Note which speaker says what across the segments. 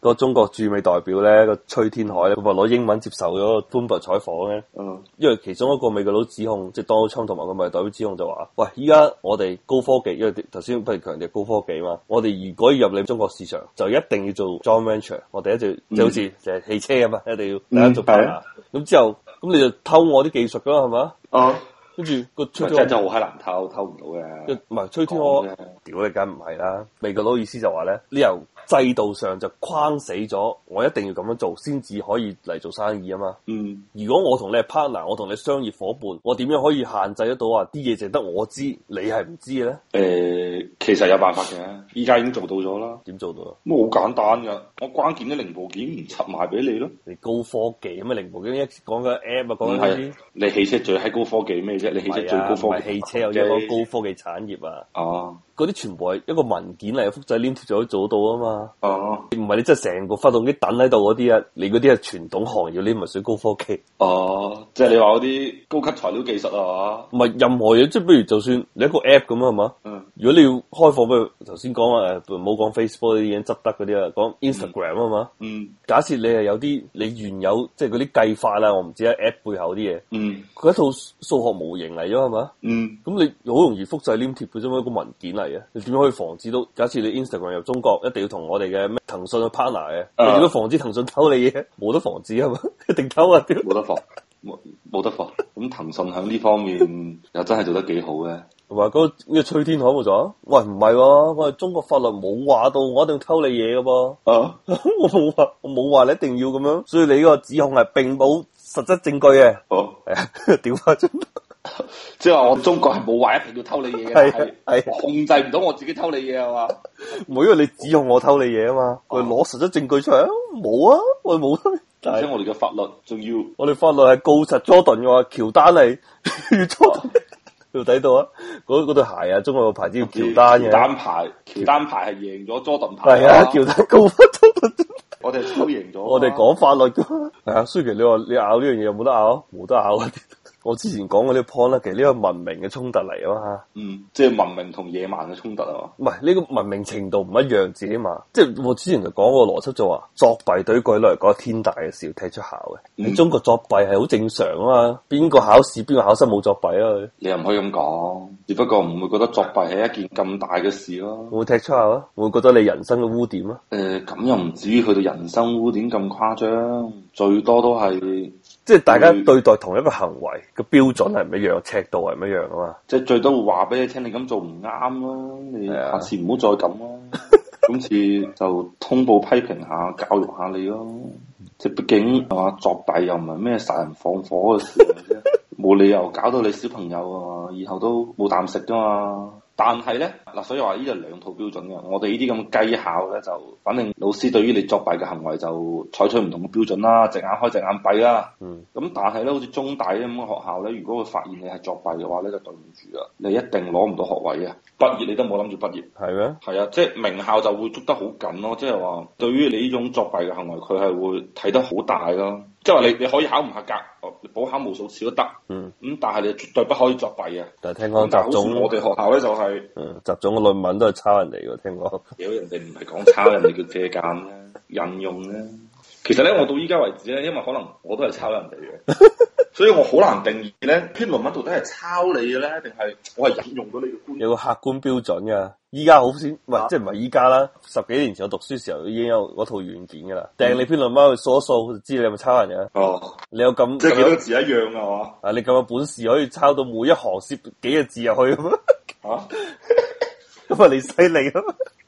Speaker 1: 個中國駐美代表咧，個崔天凱咧，佢話攞英文接受咗個潘博採訪咧，
Speaker 2: 嗯，
Speaker 1: 因為其中一個美國佬指控，即係 Donald Trump 同埋佢咪代表指控就話：，喂，依家我哋高科技，因為頭先不如強調高科技嘛，我哋如果要入你中國市場，就一定要做 joint venture，我哋一定要即係好似就係汽車咁嘛，一定要大家做 p
Speaker 2: 係
Speaker 1: a
Speaker 2: 啊
Speaker 1: 咁之後咁你就偷我啲技術噶啦，係嘛？
Speaker 2: 哦，
Speaker 1: 跟住個
Speaker 2: 真
Speaker 1: 崔天凱
Speaker 2: 真係哦好閪難偷，偷唔到嘅。
Speaker 1: 唔係崔天凱。
Speaker 2: 講啫
Speaker 1: 屌你梗唔係啦！美國佬意思就話咧，呢由制度上就框死咗，我一定要咁樣做先至可以嚟做生意啊嘛。
Speaker 2: 嗯，
Speaker 1: 如果我同你係 partner，我同你商業伙伴，我點樣可以限制得到啊？啲嘢淨得我知，你係唔知嘅咧？
Speaker 2: 誒，其實有辦法嘅，依家已經做到咗啦。
Speaker 1: 點做到啊？
Speaker 2: 咁好簡單噶，我關鍵啲零部件唔拆賣俾你咯。
Speaker 1: 你高科技咁啊，零部件一講緊 app 啊，
Speaker 2: 唔
Speaker 1: 講緊呢
Speaker 2: 係
Speaker 1: 啲，
Speaker 2: 你汽車最閪高科技咩啫？你汽車最高
Speaker 1: 唔
Speaker 2: 科
Speaker 1: 係啊
Speaker 2: 技，啊
Speaker 1: 汽車有一個高科技產業啊，
Speaker 2: 哦
Speaker 1: 嗰啲全部係一個文件嚟，複製黏貼就可以做到啊嘛。
Speaker 2: 哦
Speaker 1: 唔係你真係成個發動機等喺度嗰啲啊，你嗰啲係傳統行業，你唔係算高科技。
Speaker 2: 哦，即係你話嗰啲高級材料技術啊
Speaker 1: 唔係任何嘢，即係譬如就算你一個 app 咁啊，係嘛？
Speaker 2: 係嘛，嗯
Speaker 1: 如果你要開放俾佢，頭先講啊，誒唔好講 Facebook 啲已經執得嗰啲啊，講 Instagram 啊嘛。
Speaker 2: 嗯
Speaker 1: 假設你係有啲你原有即係嗰啲計法啦，我唔知啊 app 背後啲嘢，
Speaker 2: 嗯
Speaker 1: 佢一套數學模型嚟咗係嘛？
Speaker 2: 嗯
Speaker 1: 咁你好容易複製黏貼嘅啫嘛，一個文件嚟嘅，你點樣可以防止到？假設你 Instagram 入中國，一定要同我哋嘅咩騰訊嘅 partner 嘅，你點樣防止騰訊偷你嘢？冇得防止啊嘛， 一定偷啊！屌
Speaker 2: 嗯，冇得防，冇冇得防。咁騰訊喺呢方面又真係做得幾好嘅。
Speaker 1: 同埋嗰個呢個崔天凱冇咗，喂唔係喎，我係中國法律冇話到我一定要偷你嘢嘅 噃，
Speaker 2: 啊，
Speaker 1: 我冇話我冇話你一定要咁樣，所以你呢個指控係並冇實質證據嘅，
Speaker 2: 哦，
Speaker 1: 係啊，屌啊真係
Speaker 2: 即係話我中國係冇話一定要偷你嘢
Speaker 1: 係
Speaker 2: 嘅，但
Speaker 1: 係
Speaker 2: 係我控制唔到我自己偷你嘢係嘛？
Speaker 1: 唔係因為你指控我偷你嘢啊嘛，我哋攞實質證據出嚟啊，冇啊，我哋冇啊，但
Speaker 2: 而且
Speaker 1: 係
Speaker 2: 我哋嘅法律仲要
Speaker 1: 我哋法律係告實 Jordan 嘅話，喬丹嚟， 要 Jordan 要睇到啊，嗰嗰對鞋啊，中國個牌子叫喬丹
Speaker 2: 喬
Speaker 1: 嘅，
Speaker 2: 丹牌，喬丹牌係贏咗 Jordan 牌。
Speaker 1: 係啊，喬丹告翻 Jordan。
Speaker 2: 我哋係抽贏咗。
Speaker 1: 我哋講法律噶，哦 係啊。雖然你話你拗呢樣嘢有冇得拗啊？冇得拗啊！ 我之前講嗰啲 point 咧，其實呢個文明嘅衝突嚟啊嘛，
Speaker 2: 嗯，即係文明同野蠻嘅衝突啊嘛。
Speaker 1: 唔係呢個文明程度唔一樣自己嘛。即係我之前就講個邏輯就話，作弊對於鬼佬嚟講係天大嘅事，要踢出校嘅。你
Speaker 2: 嗯
Speaker 1: 中國作弊係好正常啊嘛，邊個考試邊個考生冇作弊啊？
Speaker 2: 你又唔可以咁講，只不過唔會覺得作弊係一件咁大嘅事咯。
Speaker 1: 會唔會踢出校啊？會唔會覺得你人生嘅污點啊？
Speaker 2: 誒、咁又唔至於去到人生污點咁誇張，最多都係
Speaker 1: 即係大家
Speaker 2: 嗯
Speaker 1: 對待同一個行為嘅標準係唔一樣，尺度係唔一樣啊嘛。
Speaker 2: 即係最多會話俾你聽，你咁做唔啱咯，你
Speaker 1: 係啊
Speaker 2: 下次唔好再咁 咯。今次就通報批評下，教育下你咯。即係畢竟係嘛，作弊又唔係咩殺人放火嘅事 嚟啫，冇理由搞到你小朋友啊，以後都冇啖食噶嘛。但係咧，嗱，所以話呢度兩套標準嘅，我哋呢啲咁雞校咧，就反正老師對於你作弊嘅行為就採取唔同嘅標準啦，隻眼開隻眼閉啦。
Speaker 1: 嗯，
Speaker 2: 咁但係咧，好似中大啲咁嘅學校咧，如果佢發現你係作弊嘅話咧，就對唔住啦，你一定攞唔到學位嘅，啊畢業你都冇諗住畢業。
Speaker 1: 係咩？
Speaker 2: 係啊，即係名校就會捉得好緊咯，即係話對於你呢種作弊嘅行為，佢係會睇得好大咯。即係話你你可以考唔合格，哦補考無數次都得，
Speaker 1: 嗯，
Speaker 2: 咁但係你絕對不可以作弊嘅。
Speaker 1: 但係聽講
Speaker 2: 但係好
Speaker 1: 習
Speaker 2: 似
Speaker 1: 總
Speaker 2: 我哋學校咧就係、
Speaker 1: 嗯，習總嘅論文都係抄人哋嘅，聽講。
Speaker 2: 屌人哋唔係講抄，人哋叫借鑑咧、引用咧。其實咧，我到依家為止咧，因為可能我都係抄人哋嘅， 所以我好難定義咧篇論文到底係抄你嘅咧，定係我係引用到你嘅觀點。
Speaker 1: 有個客觀標準噶。依家好先，唔係
Speaker 2: 啊
Speaker 1: 即係唔係依家啦。十幾年前我讀書時候已經有嗰套軟件噶啦，掟你篇論文去掃一掃，就知你係咪抄人嘅。
Speaker 2: 哦，
Speaker 1: 你有咁
Speaker 2: 即係幾
Speaker 1: 咁
Speaker 2: 多
Speaker 1: 有
Speaker 2: 字一樣啊？
Speaker 1: 啊？你咁有本事可以抄到每一行攝幾個字入去咁啊？
Speaker 2: 係嘛嚇
Speaker 1: 咁啊你犀利啊！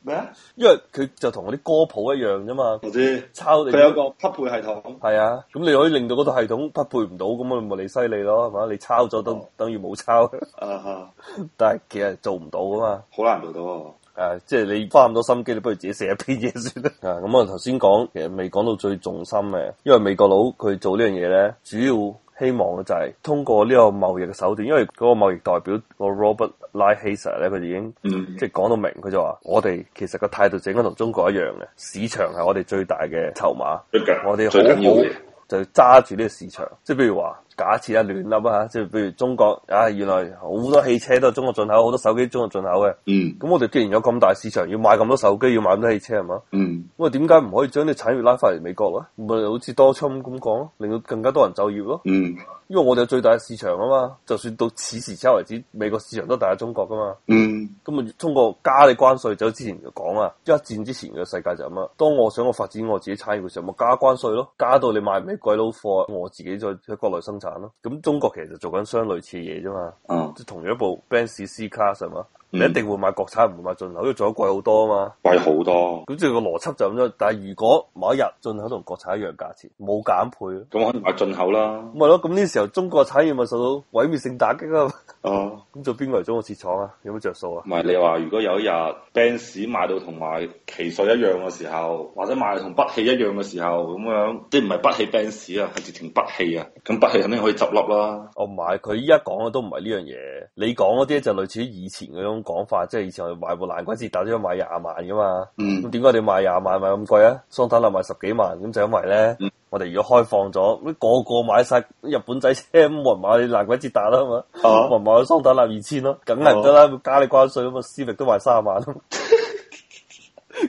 Speaker 2: 咩啊？
Speaker 1: 因為佢就同嗰啲歌譜一樣啫嘛，
Speaker 2: 我知
Speaker 1: 抄你
Speaker 2: 佢有個匹配系統。
Speaker 1: 係啊，咁你可以令到嗰套系統匹配唔到，咁啊咪你犀利咯，係嘛？你抄咗等
Speaker 2: 哦
Speaker 1: 等於冇抄，
Speaker 2: 啊哈，
Speaker 1: 但係其實做唔到噶嘛。
Speaker 2: 好難做到喎。
Speaker 1: 誒、啊即係你花咁多心機，你不如自己寫一篇嘢算啦。 啊，咁我頭先講，其實未講到最重心嘅，因為美國佬佢做呢樣嘢咧，主要希望嘅就係通過呢個貿易嘅手段，因為嗰個貿易代表個 Robert Lighthizer 咧，佢已經
Speaker 2: 嗯
Speaker 1: 即係講到明，佢就話：我哋其實個態度整緊同中國一樣嘅，市場係我哋最大嘅籌碼，
Speaker 2: 最緊
Speaker 1: 我哋
Speaker 2: 最緊要
Speaker 1: 好好
Speaker 2: 嘅
Speaker 1: 就揸住呢個市場。即係譬如話，假設啦，亂笠啊，即係譬如中國啊，原來好多汽車都係中國進口，好多手機中國進口嘅。
Speaker 2: 嗯
Speaker 1: 咁我哋既然有咁大市場，要買咁多手機，要買咁多汽車係嘛？
Speaker 2: 嗯，
Speaker 1: 咁啊點解唔可以將啲產業拉翻嚟美國咧？咪好似多春咁講咯，令到更加多人就業咯。
Speaker 2: 嗯
Speaker 1: 因為我哋有最大嘅市場啊嘛，就算到此時此刻為止，美國市場都大過中國噶嘛。
Speaker 2: 嗯
Speaker 1: 咁啊，通過加你關税，就之前就講啦，一戰之前嘅世界就係咁啦。當我想我發展我自己產業嘅時候，咪加關税咯，加到你賣唔起鬼佬貨，我自己再喺國內生產咯。咁中國其實就做緊相類似嘅嘢啫嘛，
Speaker 2: 啊，
Speaker 1: 即係同樣一部 Benz C Class 係嘛，你
Speaker 2: 嗯
Speaker 1: 一定會買國產，唔會買進口，因為進口貴好多啊嘛。
Speaker 2: 貴好多，
Speaker 1: 咁即係個邏輯就咁樣。但係如果某一日進口同國產一樣價錢，冇減配咯，
Speaker 2: 咁可以買進口啦
Speaker 1: 咁，咪咯。咁呢時候中國產業咪受到毀滅性打擊啊！
Speaker 2: 哦。
Speaker 1: 咁做邊個嚟中國設廠啊？有乜着數啊？
Speaker 2: 唔係你話，如果有一日 Benz 賣到同埋奇瑞一樣嘅時候，或者賣到同北汽一樣嘅時候，咁樣即係唔係北汽 Benz 啊，係直情北汽啊，咁北汽肯定可以執笠啦。
Speaker 1: 哦我唔係，佢依家講嘅都唔係呢樣嘢。你講嗰啲就類似於以前嗰種講法，即係以前我哋買部爛鬼捷達都要買廿萬噶嘛。咁
Speaker 2: 嗯
Speaker 1: 點解你買廿萬買咁貴啊？桑塔納賣十幾萬，咁就因為咧，
Speaker 2: 嗯
Speaker 1: 我哋如果開放咗，咁個個買晒日本仔車，咁冇人買你爛鬼捷達啦嘛，
Speaker 2: 啊
Speaker 1: 冇人買我桑塔納二千咯，梗係唔得啦，加你關税咁啊，思域都賣三萬咯。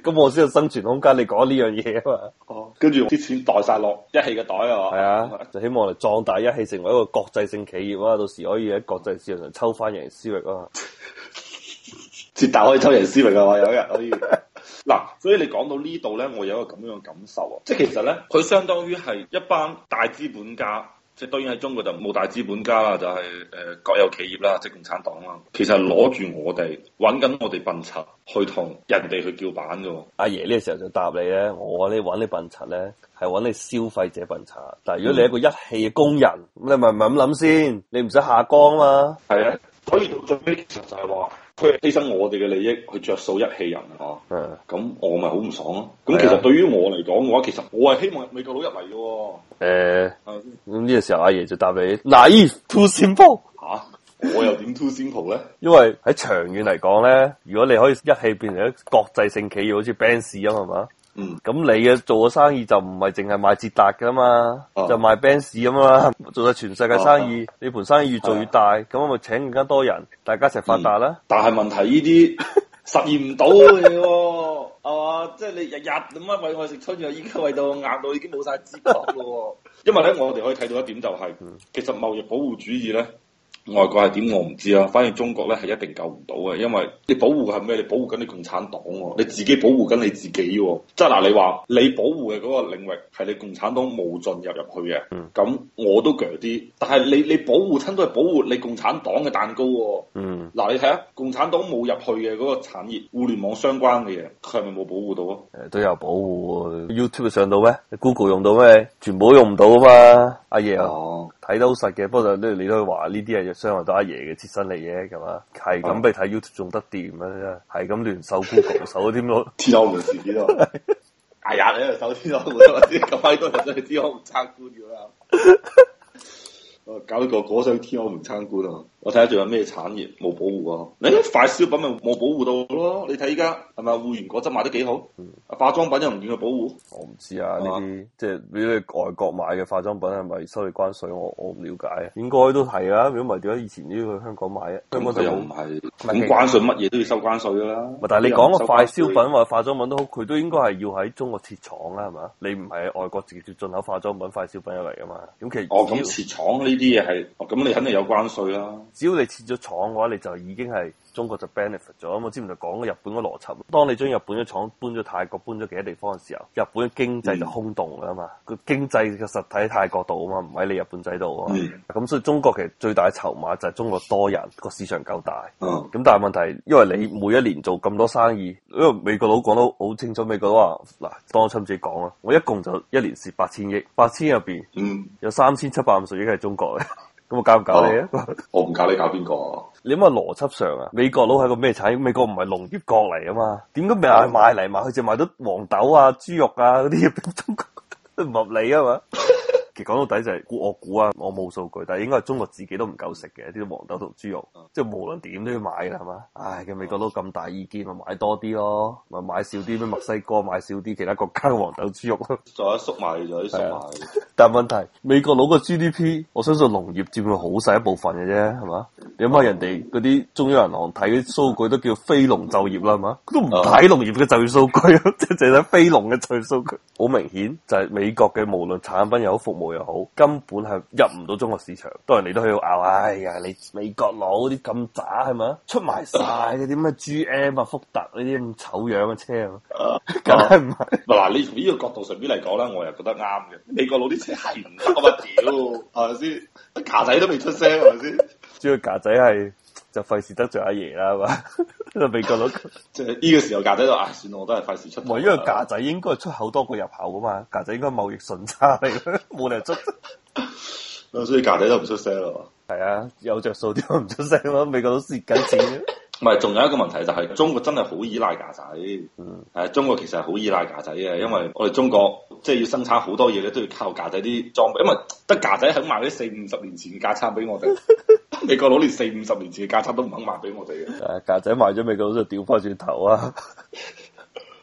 Speaker 1: 咁我先有生存空間，你講呢樣嘢啊嘛，
Speaker 2: 哦，跟住啲錢袋晒落一汽嘅袋啊，
Speaker 1: 係啊，就希望嚟壯大一汽成為一個國際性企業啊，到時可以喺國際市場上抽翻贏思域啊嘛。
Speaker 2: 捷達可以抽人思域啊！我有一日可以。 嗱，所以你講到呢度咧，我有一個咁樣嘅感受啊，即係其實咧，佢相當於係一班大資本家，即係當然喺中國就冇大資本家啦，就係、誒、國有企業啦，即係共產黨啦，其實係攞住我哋揾緊我哋笨柒去同人哋去叫板嘅喎。
Speaker 1: 阿爺呢個時候就答你咧，我呢揾你笨柒咧，係揾你消費者笨柒。但係如果你係一個一汽嘅工人，咁你咪唔係咁諗先，你唔使下崗嘛。
Speaker 2: 係啊，所以到最尾其實就係話，佢係犧牲我哋嘅利益去着數一氣人啊。
Speaker 1: 嗯，
Speaker 2: 咁我咪好唔爽咯、
Speaker 1: 係
Speaker 2: 咁
Speaker 1: 啊
Speaker 2: 其實對於我嚟講嘅話，其實我係希望美國佬入嚟嘅喎，啊
Speaker 1: 誒，
Speaker 2: 係咪先？
Speaker 1: 咁呢個時候阿爺就答你 naive too simple，
Speaker 2: 吓、我又點 too simple 咧？
Speaker 1: 因為喺長遠嚟講咧，如果你可以一汽變成一個國際性企業，好似 Benz 咁係嘛，
Speaker 2: 嗯，
Speaker 1: 咁你嘅做嘅生意就唔係淨係賣捷達噶嘛，
Speaker 2: 哦
Speaker 1: 就賣 Benz 咁啊嘛， 做晒全世界生意，你盤生意越做越大，咁咪請更加多人，大家一齊發達啦。
Speaker 2: 但係問題呢啲實現唔到嘅嘢喎，係嘛？即係你日日咁樣喂我食春藥，已經喂到我硬到已經冇晒知覺咯喎。因為咧，我哋可以睇到一點就係、其實貿易保護主義咧。外國係點我唔知啊，反正中國咧係一定救唔到嘅，因為你保護係咩？你保護緊你共產黨喎、你自己保護緊你自己喎、即係嗱，你話你保護嘅嗰個領域係你共產黨無盡入入去嘅
Speaker 1: 嗯，
Speaker 2: 咁、我都鋸啲，但係你你保護親都係保護你共產黨嘅蛋糕喎、
Speaker 1: 嗯。
Speaker 2: 嗱，你睇下共產黨冇入去嘅嗰個產業，互聯網相關嘅嘢，佢係咪冇保護到啊？
Speaker 1: 誒都有保護，YouTube 上到咩？Google 用到咩？全部都用唔到啊嘛！阿爺啊
Speaker 2: 哦，
Speaker 1: 睇得好實嘅，不過你你都可以話呢啲係傷害到阿爺嘅切身利益係嘛？係咁俾睇 YouTube 仲得掂啊！真係係咁亂搜 Google 搜添咯，
Speaker 2: 天安門事件 啊！哎呀，你喺度守天安門啊！知咁閪多人都去天安門參觀㗎啦。哦搞到個果想天安門參觀啊！我睇下仲有咩產業冇保護啊？你啲快消品咪冇保護到咯？你睇依家係咪護源果汁賣得幾好？
Speaker 1: 嗯
Speaker 2: 化妝品又唔見佢保護。
Speaker 1: 我唔知啊呢啲，即係如果你外國買嘅化妝品係咪收你關税？我我唔了解啊，應該都係啊。如果唔係點解以前都要去香港買啊？香港就
Speaker 2: 佢又
Speaker 1: 冇
Speaker 2: 唔。係
Speaker 1: 係
Speaker 2: 咁關税，乜嘢都要收關税㗎啦。
Speaker 1: 唔係但係你講個快消品或者化妝品都好，佢都應該係要喺中國設廠啊啦，係嘛？你唔係喺外國直接進口化妝品、快消品入嚟噶嘛？咁其實
Speaker 2: 哦，
Speaker 1: 只要
Speaker 2: 咁設廠呢啲嘢係，哦咁你肯定有關税啦。
Speaker 1: 只要你設咗廠嘅話，你就已經係中國就 benefit 咗。咁我之前就講過日本嘅邏輯，當你將日本嘅廠搬咗泰國、搬咗其他地方嘅時候，日本嘅經濟就空洞啦嘛。個、經濟嘅實體喺泰國度啊嘛，唔喺你日本仔度啊嘛。
Speaker 2: 嗯
Speaker 1: 咁、所以中國其實最大嘅籌碼就係中國多人，個市場夠大。
Speaker 2: 嗯
Speaker 1: 咁但係問題，因為你每一年做咁多生意，因為美國佬講得好清楚，美國佬話嗱，當親自己講啦，啊我一共就一年蝕八千億，八千入邊
Speaker 2: 嗯，
Speaker 1: 有三千七百五十億係中國嘅，咁我搞唔搞你啊？
Speaker 2: 我唔搞你搞邊個？
Speaker 1: 你諗下邏輯上啊，美國佬係個咩產業？美國唔係農業國嚟啊嘛，點解咪係賣嚟賣去就賣到黃豆啊、豬肉啊嗰啲嘢 俾中國？唔合理啊嘛！其實講到底就係、估我估啊，我冇數據，但係應該係中國自己都唔夠食嘅啲黃豆同豬肉，即係無論點都要買㗎啦，係嘛？唉，嘅美國佬咁大意見，咪買多啲咯，咪買少啲咩墨西哥買少啲其他國家嘅黃豆豬肉咯。
Speaker 2: 再一縮埋，再一縮埋。
Speaker 1: 但問題美國佬嘅 GDP，我相信農業佔佢好細一部分嘅啫，係嘛？你諗下人哋嗰啲中央銀行睇啲數據都叫非農就業啦，係嘛？佢都唔睇農業嘅就業數據， 即係淨睇非農嘅就業數據。好明顯就係美國嘅無論產品又好服務又好，根本係入唔到中國市場。當然你都喺度拗，哎呀你美國佬啲咁渣係嘛？出埋晒嗰啲咩 GM 啊、福特呢啲咁醜樣嘅車，係嘛梗係唔係？
Speaker 2: 嗱，你從呢個角度上邊嚟講咧，我又覺得啱嘅。美國佬啲車係唔得啊！屌，係咪先？得架仔都未出聲，係咪先？
Speaker 1: 主要架仔係就費事得罪阿爺啦，係嘛？ 美國佬。
Speaker 2: 即係呢個時候架仔就唉，算啦，我都係費事出頭
Speaker 1: 唔
Speaker 2: 啦。
Speaker 1: 係，因為架仔應該係出口多過入口噶嘛，架仔應該貿易順差嚟 嘅，冇理由出。
Speaker 2: 所以架仔都唔出聲咯。
Speaker 1: 係啊，有着數點解唔出聲咯？美國佬蝕緊錢，
Speaker 2: 唔係，仲有一個問題就係、中國真係好依賴架仔。
Speaker 1: 嗯，
Speaker 2: 誒，中國其實係好依賴架仔嘅，因為我哋中國即係要生產好多嘢咧，都要靠架仔啲裝備，因為得架仔肯賣啲四五十年前嘅架撐俾我哋。美國佬連四五十年前嘅架撐都唔肯賣俾我哋
Speaker 1: 誒
Speaker 2: 嘅。
Speaker 1: 架仔賣咗美國佬就調翻轉頭啊！